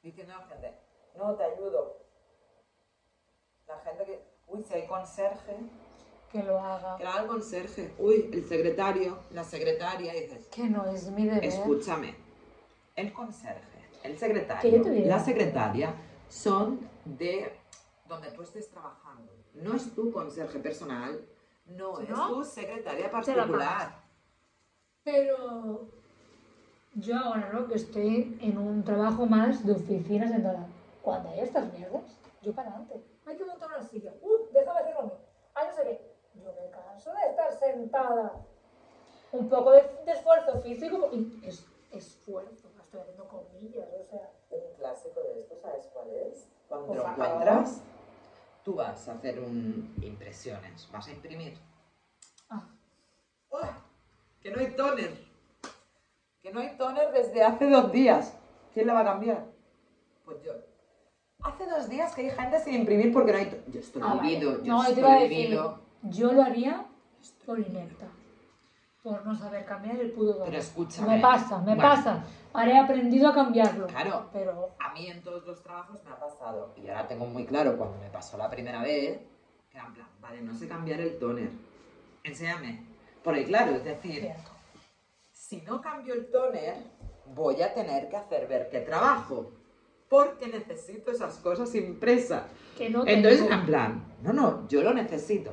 B: Diciendo a la gente, no, te ayudo. La gente que... Uy, si hay conserje.
A: que lo haga.
B: Que lo haga el conserje. Uy, el secretario, la secretaria. Y dices,
A: Que no es mi deber.
B: Escúchame, el conserje, el
A: Que yo
B: secretario,
A: te diga.
B: la secretaria son de donde tú estés trabajando. No es tu conserje personal, no, es
A: ¿No?
B: tu secretaria
A: Te la
B: particular.
A: Pero yo ahora, ¿no? Que estoy en un trabajo más de oficina sentada. Cuando hay estas mierdas, yo para adelante. Hay que montar una silla. Uh, déjame hacerlo a mí. Ah, no sé qué. Yo me canso de estar sentada. Un poco de, de esfuerzo físico. y Es esfuerzo. Estoy haciendo comillas, o sea.
B: Un clásico de esto, ¿sabes cuál es? Cuando
A: Por
B: lo
A: favor.
B: encuentras, tú vas a hacer un... impresiones, vas a imprimir.
A: Ah.
B: ¡Uah! Oh, Que no hay toner. Que no hay toner desde hace dos días. ¿Quién la va a cambiar? Pues yo. Hace dos días que hay gente sin imprimir porque no hay... to- Yo estoy
A: Ah, vale.
B: vivido, yo
A: No, yo te
B: estoy
A: iba a decir,
B: vivido.
A: yo lo haría
B: Estoy
A: por
B: vivido.
A: inepta. Por no saber cambiar el puto dólar.
B: Pero escúchame.
A: Me pasa, me
B: Bueno,
A: pasa. Ahora he aprendido a cambiarlo.
B: Claro,
A: Pero
B: a mí en todos los trabajos me ha pasado, y ahora tengo muy claro cuando me pasó la primera vez, que era en plan, vale, no sé cambiar el toner, enséñame. Porque claro, es decir,
A: cierto.
B: si no cambio el toner, voy a tener que hacer ver que trabajo, porque necesito esas cosas impresas.
A: Que no
B: Entonces,
A: tengo-
B: en plan, no, no, yo lo necesito.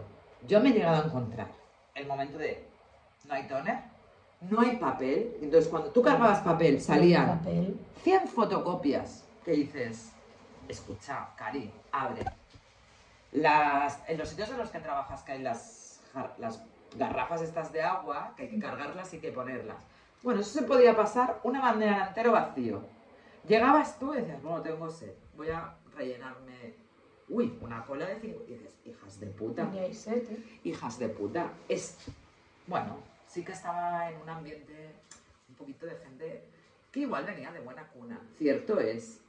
B: Yo me he llegado a encontrar el momento de, no hay toner, no hay papel, entonces cuando tú cargabas papel salían...
A: Papel.
B: 100 fotocopias que dices, escucha, Cari, abre. Las, en los sitios en los que trabajas que hay las, jar- las garrafas estas de agua, que hay que cargarlas y que ponerlas. Bueno, eso se podía pasar una bandera entero vacío. Llegabas tú y decías, bueno, tengo sed, voy a rellenarme. Uy, una cola de cinco. Y dices, hijas de puta
A: Ni hay set, ¿eh?
B: hijas de puta. Es. Bueno, sí que estaba en un ambiente un poquito de gente que igual venía de buena cuna. Cierto es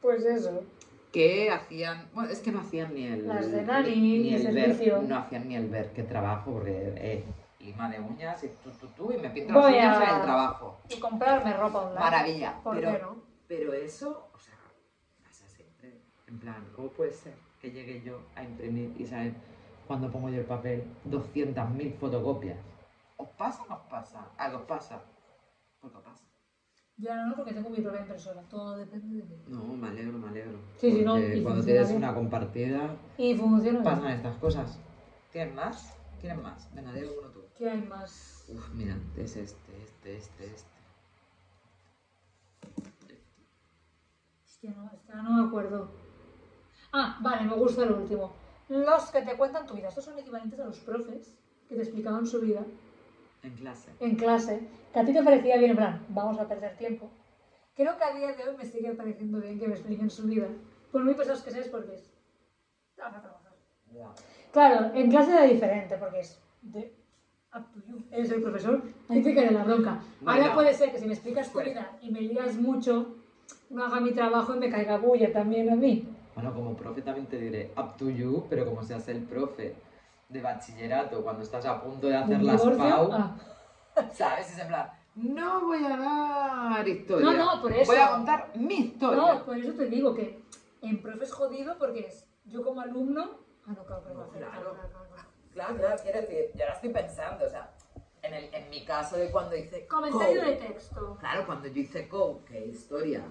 A: Pues eso.
B: que hacían. Bueno, es que no hacían ni el.
A: Las de nani, ni
B: el
A: servicio.
B: ver. No hacían ni el ver qué trabajo, porque. Eh, lima de uñas y tú, tú, tú, y me pinto
A: Voy
B: las uñas
A: a-
B: en el trabajo.
A: Y comprarme ropa online.
B: Maravilla.
A: ¿Por
B: pero,
A: qué no?
B: pero eso, o sea, pasa siempre. En plan, ¿cómo puede ser que llegue yo a imprimir y saber cuando pongo yo el papel 200.000 fotocopias? ¿Os pasa o no os pasa? Algo os pasa. Porque os pasa.
A: Yo ahora no, porque tengo mi propia impresora. Todo depende de mí.
B: No, me alegro, me alegro.
A: Sí, sí, no,
B: Porque
A: y
B: cuando
A: funciona
B: te des
A: bien.
B: una compartida,
A: Y funciona. bien.
B: pasan estas cosas. ¿Quieren más? ¿Quieren más? Venga, de uno tú.
A: ¿Qué hay más?
B: Uf, mira, es este, este, este, este.
A: Hostia, no, esta no me acuerdo. Ah, vale, me gusta el último. Los que te cuentan tu vida. Estos son equivalentes a los profes que te explicaban su vida
B: En clase.
A: en clase. Que a ti te parecía bien, en plan, vamos a perder tiempo. Creo que a día de hoy me sigue pareciendo bien que me expliquen su vida. Por muy pesados que seas, porque es. Vamos a trabajar.
B: Ya.
A: Claro, en clase era diferente, porque es de up to you. Eres el profesor, ahí te cae la bronca.
B: Bueno.
A: Ahora puede ser que si me explicas tu
B: Bueno.
A: vida y me lías mucho, no haga mi trabajo y me caiga bulla también a mí.
B: Bueno, como profe también te diré up to you, pero como seas el profe de bachillerato cuando estás a punto de hacer
A: ¿Un
B: las
A: divorcio?
B: pau,
A: Ah,
B: ¿sabes? Es en plan, no voy a dar historia.
A: No, no, por eso.
B: Voy a contar mi historia.
A: no, por eso te digo que en profe es jodido porque es yo como alumno. Ah, no, claro, claro,
B: No,
A: claro,
B: claro.
A: claro, claro, claro.
B: Claro, claro, quiero decir, yo ahora estoy pensando, o sea, en, el, en mi caso de cuando hice...
A: Comentario
B: co-
A: de texto.
B: Claro, cuando yo hice co, que historia,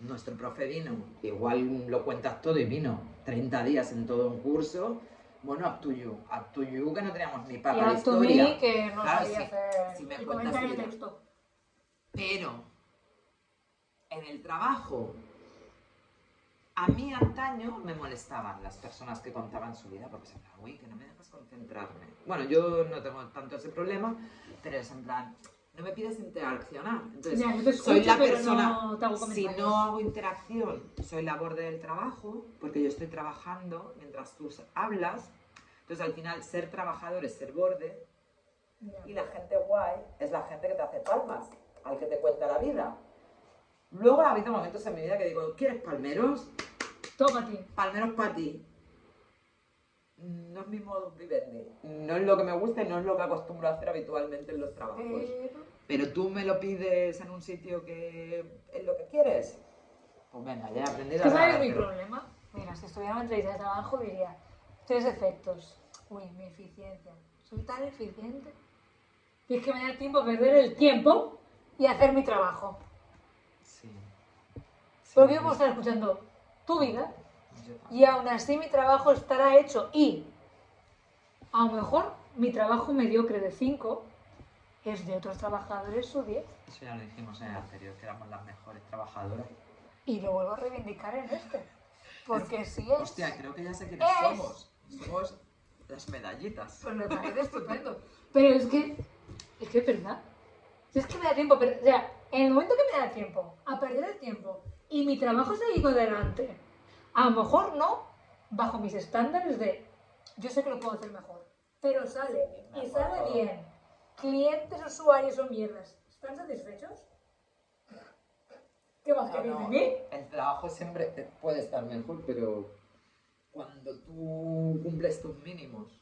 B: nuestro profe vino, igual lo cuentas todo y vino 30 días en todo un curso, bueno, up to you, up to you, que no teníamos ni
A: y
B: papa de
A: a to
B: historia.
A: me que no
B: Claro,
A: sabía
B: sí.
A: hacer.
B: Si me
A: el
B: cuentas
A: comentario de
B: vida.
A: texto.
B: Pero en el trabajo, a mí antaño me molestaban las personas que contaban su vida porque se plan, uy, que no me dejas concentrarme. Bueno, yo no tengo tanto ese problema, pero es en plan, no me pides interaccionar. Entonces,
A: Ya, yo te
B: soy
A: escucho,
B: la
A: pero
B: persona,
A: no te hago
B: si
A: comentarios.
B: no hago interacción, soy la borde del trabajo, porque yo estoy trabajando mientras tú hablas. Entonces, al final, ser trabajador es ser borde,
A: Ya.
B: y la gente guay es la gente que te hace palmas, al que te cuenta la vida. Luego ha habido momentos en mi vida que digo, ¿quieres palmeros?
A: Tómate.
B: Palmeros para ti. No es mi modo vivendi. No es lo que me gusta y no es lo que acostumbro a hacer habitualmente en los trabajos.
A: Pero-
B: Pero tú me lo pides en un sitio que es lo que quieres. Pues venga, ya he aprendido
A: ¿Tú
B: a
A: sabes mi
B: tragártelo.
A: problema? Mira, si estuviera en entrevista de trabajo diría tres efectos. Uy, mi eficiencia. Soy tan eficiente. Y es que me da tiempo a perder el tiempo y hacer mi trabajo.
B: Sí. Sí,
A: Porque yo
B: sí,
A: puedo estar escuchando tu vida
B: yo-
A: y aún así mi trabajo estará hecho y a lo mejor mi trabajo mediocre de 5 es de otros trabajadores su 10
B: Eso ya lo dijimos en el anterior, que éramos las mejores trabajadoras.
A: y lo vuelvo a reivindicar en este. Porque si es...
B: Hostia, creo que ya sé quiénes
A: Es.
B: somos. Somos las medallitas.
A: Pues me parece estupendo. Pero es que, es que es verdad. Si es que me da tiempo, a perder- o sea, en el momento que me da tiempo a perder el tiempo y mi trabajo se ha ido adelante, a lo mejor no, bajo mis estándares de yo sé que lo puedo hacer mejor, pero sale y sale bien. Clientes, usuarios o mierdas, ¿están satisfechos? ¿Qué ¿Qué más
B: No,
A: queréis
B: no,
A: de mí?
B: El trabajo siempre te- puede estar mejor, pero cuando tú cumples tus mínimos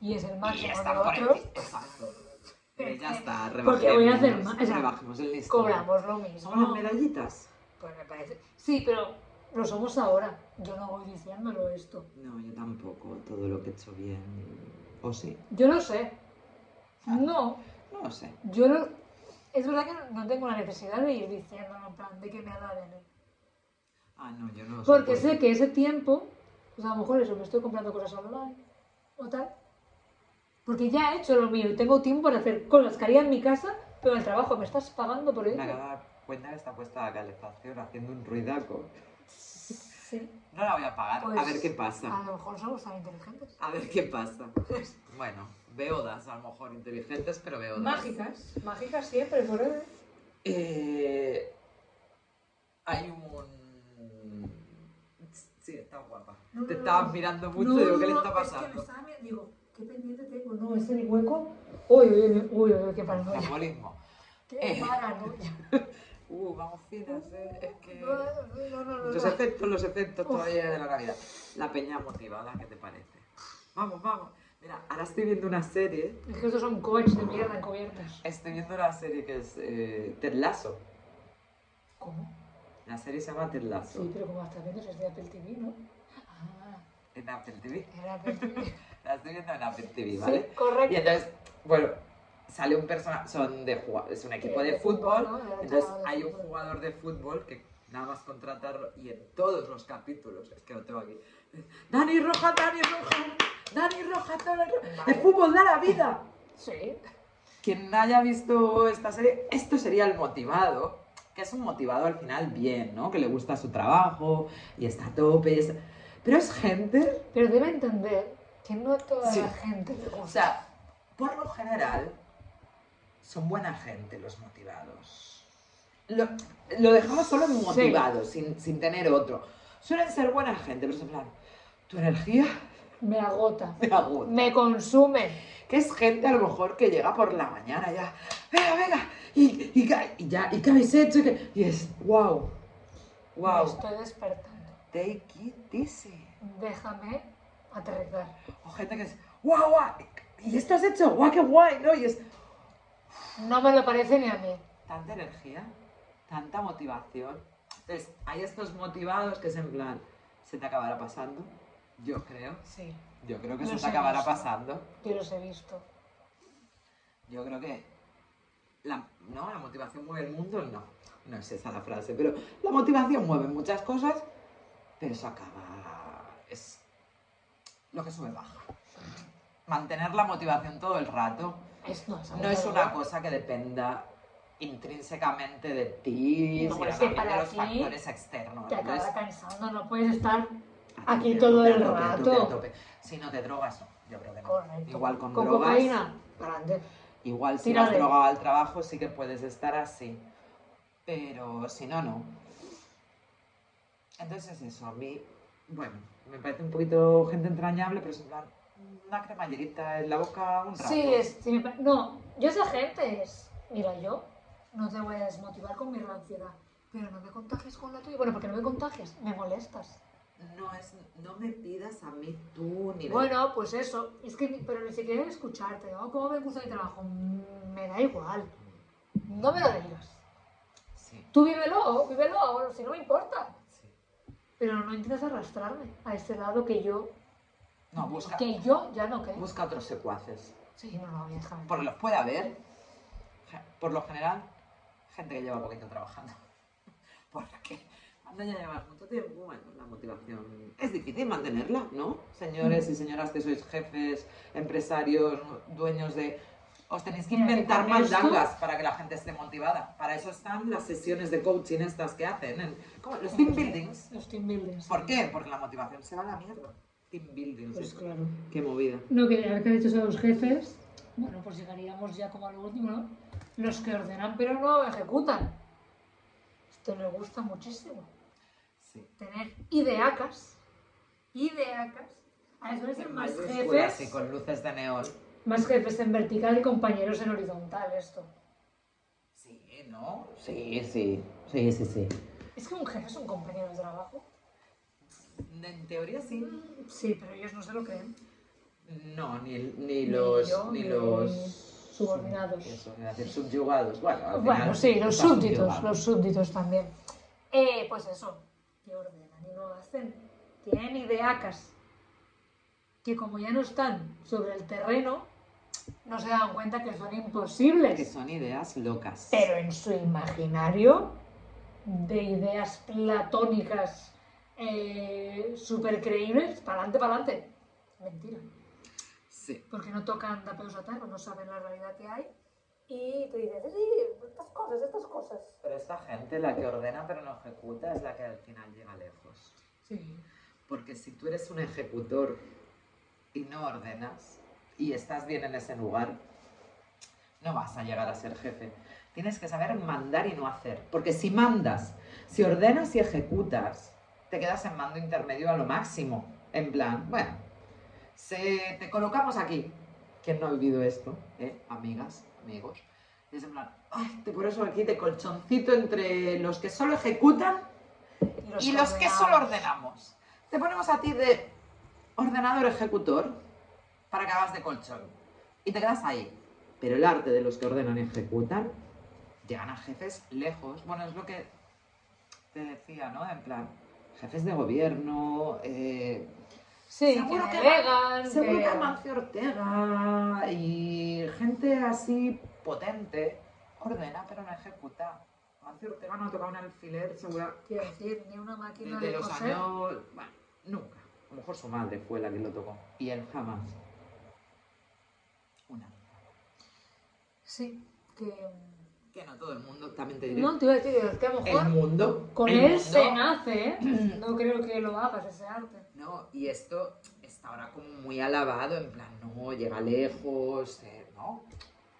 A: Y es el
B: y ya
A: máximo de
B: está por el
A: otros,
B: Exacto. Pero ya está, rebajemos.
A: Porque voy a hacer más, o sea,
B: rebajemos el listón.
A: cobramos lo mismo.
B: Son las medallitas.
A: Pues me parece. Sí, pero lo somos ahora. Yo no voy diciéndolo esto.
B: No, yo tampoco. Todo lo que he hecho bien. ¿O sí?
A: Yo lo sé. No,
B: No lo sé.
A: yo lo. Es verdad que no tengo la necesidad de ir diciéndolo en plan de que me alaben.
B: Ah, no, yo no lo
A: Porque
B: soporto.
A: sé que ese tiempo, pues a lo mejor eso, me estoy comprando cosas online o tal. Porque ya he hecho lo mío y tengo tiempo para hacer cosas que haría en mi casa, pero en el trabajo me estás pagando por ello.
B: Me acabo de dar cuenta que está puesta la calefacción haciendo un ruidaco.
A: Sí.
B: No la voy a apagar. a
A: Pues,
B: ver qué
A: A
B: pasa.
A: lo mejor somos tan inteligentes.
B: A ver qué pasa. Bueno, beodas a lo mejor inteligentes, pero beodas.
A: Mágicas, mágicas siempre, por él.
B: Eh, hay un... Sí, está guapa.
A: No,
B: Te
A: no,
B: estabas
A: no.
B: mirando mucho,
A: No,
B: digo, ¿qué
A: no,
B: le
A: no,
B: está
A: es que me
B: pasando?
A: estaba mirando, digo, ¿qué pendiente tengo? No, ese el hueco. Uy, uy, uy, uy, uy, qué paranoia.
B: Metabolismo.
A: Qué
B: Eh.
A: paranoia.
B: Uh, vamos finas, eh. Es que... este-
A: No, no, no, no, no.
B: Los efectos, los efectos
A: Uf.
B: todavía de la Navidad. La peña motivada, ¿qué te parece? Vamos, vamos. Mira, ahora estoy viendo una serie.
A: Es que estos son coches de mierda encubiertos.
B: Estoy viendo una serie que es eh, Ted Lasso.
A: ¿Cómo?
B: La serie se llama Ted Lasso.
A: Sí, pero como estás viendo, es de Apple TV, ¿no? Ah,
B: En Apple TV.
A: era Apple TV.
B: La estoy viendo en Apple TV, ¿vale?
A: Sí, correcto.
B: Y entonces, bueno, sale un personaje, son de jua- es un equipo de fútbol,
A: ¿no? Era
B: entonces
A: chaval de
B: hay un
A: fútbol.
B: jugador de fútbol que nada más contratarlo y en todos los capítulos, es que lo tengo aquí, Dani Roja, Dani Roja, Dani Roja, Dani Roja, el fútbol da la vida.
A: Sí.
B: Quien haya visto esta serie, esto sería el motivado, que es un motivado al final bien, ¿no? Que le gusta su trabajo y está a tope, y es- pero es gente
A: Pero debe entender que no a toda
B: Sí.
A: la gente le
B: O
A: gusta.
B: sea, por lo general, son buena gente los motivados. Lo, lo dejamos solo en motivados, sin, sin tener otro. Suelen ser buena gente, pero es en plan, tu energía
A: Me agota.
B: me agota.
A: Me consume.
B: Que es gente a lo mejor que llega por la mañana ya, venga, venga, y, y, ca- y ya, ¿y qué habéis hecho? Y, qué-". Y es, wow, wow,
A: Me estoy despertando.
B: take it easy.
A: Déjame aterrizar.
B: O gente que es, wow, wow, y esto has hecho, guau, qué guay, ¿no? Y es,
A: No me lo parece ni a mí.
B: tanta energía, tanta motivación. Entonces, hay estos motivados que es en plan, se te acabará pasando. Yo creo,
A: Sí.
B: yo creo que
A: No
B: se te
A: sé,
B: acabará
A: no sé.
B: pasando.
A: Yo los he visto.
B: Yo creo que la, no, la motivación mueve el mundo, no. No es esa la frase, pero la motivación mueve muchas cosas, pero eso acaba. Es lo que sube baja. Mantener la motivación todo el rato
A: Es, no, es,
B: No es una
A: agotador.
B: cosa que dependa intrínsecamente de ti,
A: No,
B: sino
A: es que
B: también de
A: para
B: los
A: ti
B: factores externos.
A: Te
B: ¿no? Es
A: acaba cansando, no puedes estar
B: a
A: aquí
B: tope, a
A: todo
B: tope,
A: el
B: a tope, a tope,
A: rato.
B: a tope. Si no te drogas, no. Yo creo que no.
A: Correcto.
B: Igual con,
A: Con
B: drogas.
A: cocaína. Grande.
B: Igual si
A: Tírale.
B: vas drogado al trabajo sí que puedes estar así. Pero si no, no. Entonces eso, a mí, bueno, me parece un poquito gente entrañable, pero es en plan una cremallerita en la boca un rato.
A: Sí, es. sí me pa- no, yo esa gente es. Mira, yo no te voy a desmotivar con mi ansiedad. Pero no me contagies con la tuya. Bueno, porque no me contagias, me molestas.
B: No, es, no me pidas a mí tú ni
A: Bueno, pues eso. Es que, ni- pero ni siquiera escucharte. ¿no? ¿Cómo me gusta mi trabajo? Mm, Me da igual. No me lo digas.
B: Sí,
A: Tú vívelo, vívelo, bueno, si no me importa.
B: sí.
A: Pero no intentas arrastrarme a ese lado que yo.
B: No, busca,
A: Que yo ya no creo.
B: busca otros secuaces.
A: Sí, no, no, voy a dejar.
B: Porque los puede haber, ge- por lo general, gente que lleva poquito trabajando. Porque cuando ya llevas mucho tiempo, bueno, la motivación es difícil mantenerla, ¿no? Señores y señoras que sois jefes, empresarios, dueños de... Os tenéis que
A: Mira, que
B: inventar
A: con esto-
B: mandangas para que la gente esté motivada. Para eso están las sesiones de coaching estas que hacen. en- ¿cómo? Los team buildings.
A: Los team buildings.
B: ¿Por qué? Porque la motivación se va a la mierda. Team buildings.
A: Pues claro.
B: Qué movida.
A: No, que haber que dicho eso a los jefes, bueno, pues llegaríamos ya como a lo último, ¿no? Los que ordenan pero no ejecutan. Esto le gusta muchísimo.
B: Sí.
A: Tener ideacas, ideacas, a veces ser más
B: Mayúsculas y
A: jefes,
B: con luces de neón.
A: más jefes en vertical y compañeros en horizontal, esto.
B: Sí, ¿no? Sí, sí.
C: Sí, sí, sí.
A: Es que un jefe es un compañero de trabajo.
B: En teoría sí.
A: Mm, Sí, pero ellos no se lo creen.
B: No, ni, ni los. Ni,
A: yo, ni
B: los.
A: subordinados.
B: Eso, ni hacer subyugados. Bueno, al
A: Bueno,
B: final
A: sí, los
B: están
A: súbditos,
B: subyugados.
A: los súbditos también. Eh, pues eso, que ordenan y no hacen. Tienen ideacas que como ya no están sobre el terreno, no se dan cuenta que son
B: Que
A: imposibles.
B: son ideas locas.
A: Pero en su imaginario de ideas platónicas eh, súper creíbles, para adelante, para adelante. Mentira
B: Sí.
A: porque no tocan da peus a terra, no saben la realidad que hay. Y te dicen, sí, estas cosas, estas cosas.
B: Pero esta gente, la que ordena pero no ejecuta, es la que al final llega lejos.
A: Sí.
B: Porque si tú eres un ejecutor y no ordenas y estás bien en ese lugar, no vas a llegar a ser jefe. Tienes que saber mandar y no hacer. Porque si mandas, si ordenas y ejecutas, te quedas en mando intermedio a lo máximo. En plan, bueno, se, te colocamos aquí. ¿Quién no ha vivido esto? ¿Eh? Amigas, amigos. Y es en plan, ay, te pones aquí de colchoncito entre los que solo ejecutan y los que solo ordenamos. Te ponemos a ti de ordenador ejecutor para que hagas de colchón. Y te quedas ahí. Pero el arte de los que ordenan y ejecutan llegan a jefes lejos. Bueno, es lo que te decía, ¿no? En plan, jefes de gobierno. eh,
A: Sí,
B: seguro
A: que
B: que,
A: delegan,
B: seguro
A: que-
B: que Amancio Ortega y gente así potente ordena pero no ejecuta. Amancio Ortega no ha tocado un alfiler, segura,
A: Quiero decir, ni una
B: desde
A: máquina de,
B: los
A: coser.
B: años. Bueno, nunca. A lo mejor su madre fue la que lo tocó. Y él jamás. Una.
A: Sí, que...
B: Que no todo el mundo. También te diré.
A: No, te iba a decir que a lo
B: el
A: mejor
B: mundo.
A: con
B: el
A: él
B: mundo-
A: se nace, ¿eh? No creo que lo hagas ese arte.
B: No, y esto está ahora como muy alabado. En plan, no, llega lejos. eh, no.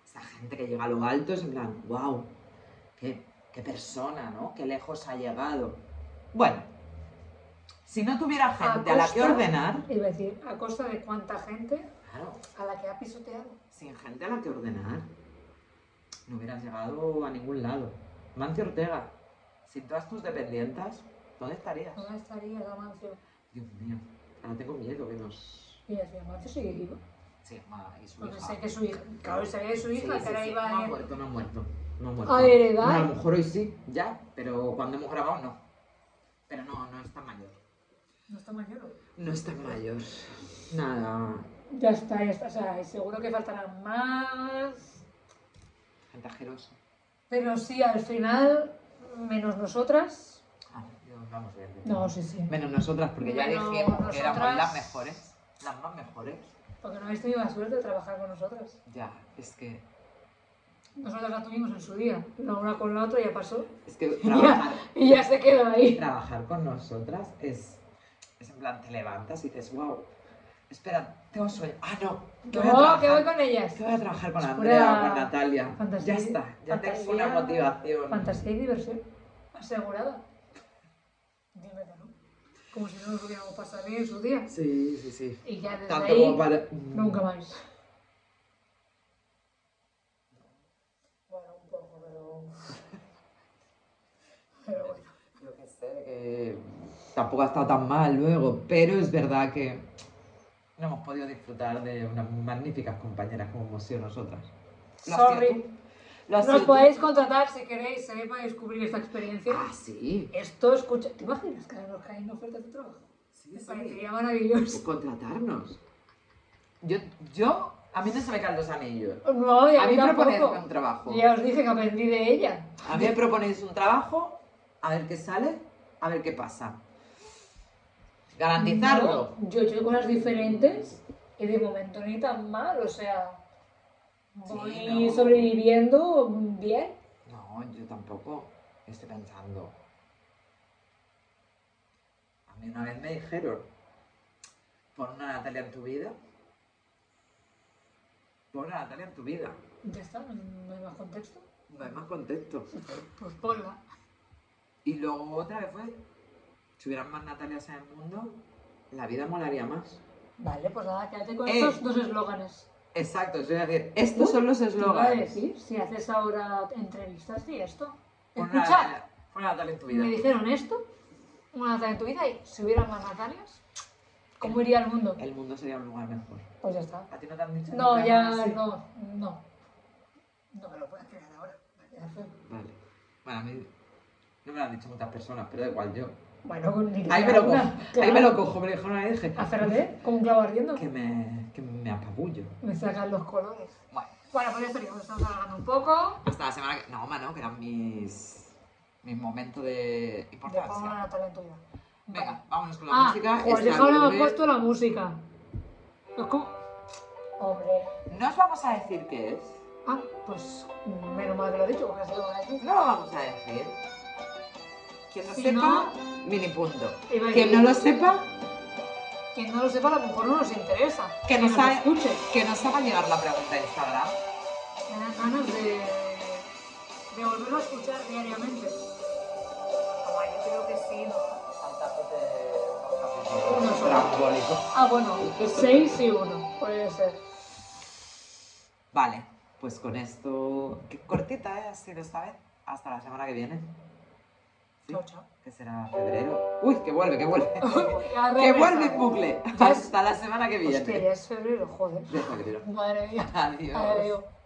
B: Esa gente que llega a lo alto es en plan, wow. Qué, qué persona, ¿no? Qué lejos ha llegado. Bueno. Si no tuviera gente a, la que
A: costa-
B: ordenar.
A: Iba a decir, a costa de cuánta gente
B: Claro.
A: a la que ha pisoteado.
B: sin gente a la que ordenar, no hubieras llegado a ningún lado. Mancio Ortega, sin todas tus dependientas, ¿dónde estarías?
A: No estaría Amancio.
B: Dios mío, ahora tengo miedo que nos...
A: Y decía, Amancio sigue vivo.
B: Sí, ma, y su
A: Porque
B: hija.
A: sé que su hija, claro, sabía que su
B: Sí,
A: hija,
B: sí,
A: que ahora
B: sí,
A: iba
B: No ha
A: en-
B: muerto, no ha muerto. No ha muerto.
A: A heredar.
B: Bueno, a lo mejor hoy sí, ya, pero cuando hemos grabado no. Pero no, no es tan mayor.
A: No está mayor.
B: No es tan mayor. Nada.
A: Ya está, ya está. O sea, seguro que faltarán más.
B: Ventajeroso.
A: Pero sí, al final, menos nosotras.
B: Ah, Dios, vamos bien. Dios.
A: No, sí, sí.
B: Menos nosotras, porque ya
A: Menos
B: dijimos que éramos
A: nosotras.
B: las mejores. Las más mejores.
A: Porque no habéis tenido la suerte de trabajar con nosotras.
B: Ya, es que.
A: Nosotras la tuvimos en su día. La una con la otra ya pasó.
B: Es que
A: Ya,
B: trabajar,
A: y ya se quedó ahí.
B: trabajar con nosotras es. Es en plan, te levantas y dices, wow. Espera, tengo sueño. Ah, no. que voy a
A: No, que voy
B: trabajar-
A: con ellas.
B: que voy a trabajar con
A: Es
B: Andrea,
A: pura
B: con Natalia.
A: fantasía-
B: ya está, ya tengo
A: fantasía-
B: una motivación.
A: Fantasía y diversión. Asegurada. Dime que no. Como si no nos hubiéramos pasado bien en su día.
B: Sí, sí, sí.
A: Y ya desde
B: Tanto
A: ahí,
B: como para.
A: nunca más. Bueno, un poco, pero... Pero bueno.
B: Yo que sé, que tampoco ha estado tan mal luego, pero es verdad que no hemos podido disfrutar de unas magníficas compañeras como hemos sido nosotras. Lo has sido
A: Sorry.
B: tú. Lo has
A: Nos
B: sido tú.
A: podéis contratar si queréis eh, para descubrir esta experiencia.
B: Ah, sí.
A: Esto, escucha... ¿Te imaginas que nos caen ofertas de trabajo?
B: Sí,
A: Me
B: sí.
A: parecería maravilloso.
B: Contratarnos. Yo, yo, a mí no se me caen los anillos.
A: No, y
B: A mí
A: me
B: proponerme un trabajo.
A: Ya os dije que aprendí de ella.
B: A mí me proponéis un trabajo, a ver qué sale, a ver qué pasa. Garantizarlo.
A: No, yo he hecho cosas diferentes y de momento ni tan mal, o sea, voy
B: Sí, no.
A: sobreviviendo bien.
B: No, yo tampoco. Estoy pensando. A mí una vez me dijeron, pon una Natalia en tu vida. Pon una Natalia en tu vida.
A: Ya está, no no hay más contexto.
B: No hay más contexto.
A: Pues ponla.
B: Y luego otra vez fue, si hubieran más Natalias en el mundo, la vida molaría más.
A: Vale, pues nada, quédate con
B: Eh.
A: estos dos eslóganes.
B: Exacto, es decir, estos
A: Uy,
B: son los
A: Te iba a
B: eslogans.
A: decir, si haces ahora entrevistas y esto.
B: Pon una
A: Escuchad,
B: Natalia- Fue una Natalia en tu vida.
A: Me dijeron esto, una Natalia en tu vida, y si hubieran más Natalias, ¿cómo iría el mundo?
B: El mundo sería un lugar mejor.
A: Pues ya está.
B: ¿A ti no te han dicho
A: No,
B: nunca
A: ya
B: nada así?
A: no, no. No me lo puedes creer ahora. me voy a hacer.
B: Vale. Bueno, a mí no me lo han dicho muchas personas, pero da igual yo.
A: Bueno, con ni
B: Ahí me
A: idea
B: lo cojo,
A: alguna,
B: ahí me
A: claro.
B: lo cojo, me lo dijo una vez dije,
A: Aférrate, como un clavo ardiendo.
B: que me, que me apabullo.
A: Me sacan los colores.
B: Bueno,
A: Bueno, pues ya estaríamos, estamos alargando un poco.
B: hasta la semana que... No, hombre, no, que eran mis, mis momentos de
A: De pongo
B: importancia.
A: una Natalia en tu vida.
B: Venga,
A: Vale.
B: vámonos con la
A: Ah,
B: música.
A: joder,
B: Este
A: es que ahora me
B: álbum
A: has
B: es-
A: puesto la música. Es como... Hombre.
B: No os vamos a decir qué es.
A: Ah, pues menos mal que lo he dicho, porque así lo voy a decir.
B: No lo vamos a decir. Quien lo
A: Si
B: sepa,
A: no-
B: mini punto.
A: Iba a
B: Quien
A: decir,
B: no lo sepa,
A: Quien no lo sepa, a lo mejor no nos interesa.
B: Que
A: Ni
B: no
A: lo
B: sabe-
A: escuche.
B: que nos haga llegar la pregunta a Instagram.
A: Me dan ganas de, de volverlo a escuchar diariamente. Ah, yo creo que sí, ¿no? Uno solo.
B: Trambólico.
A: Ah, bueno, 6 y 1, puede ser.
B: Vale, pues con esto. Qué cortita, ¿eh? Ha sido esta vez. Hasta la semana que viene. ¿Sí?
A: Chao, chao.
B: Que será febrero. Uy, que vuelve, que vuelve.
A: Ya
B: que
A: regresa.
B: vuelve en bucle.
A: Ya es-
B: Hasta la semana que viene.
A: Hostia, ya es febrero, joder.
B: De febrero.
A: Madre mía.
B: Adiós.
A: Adiós.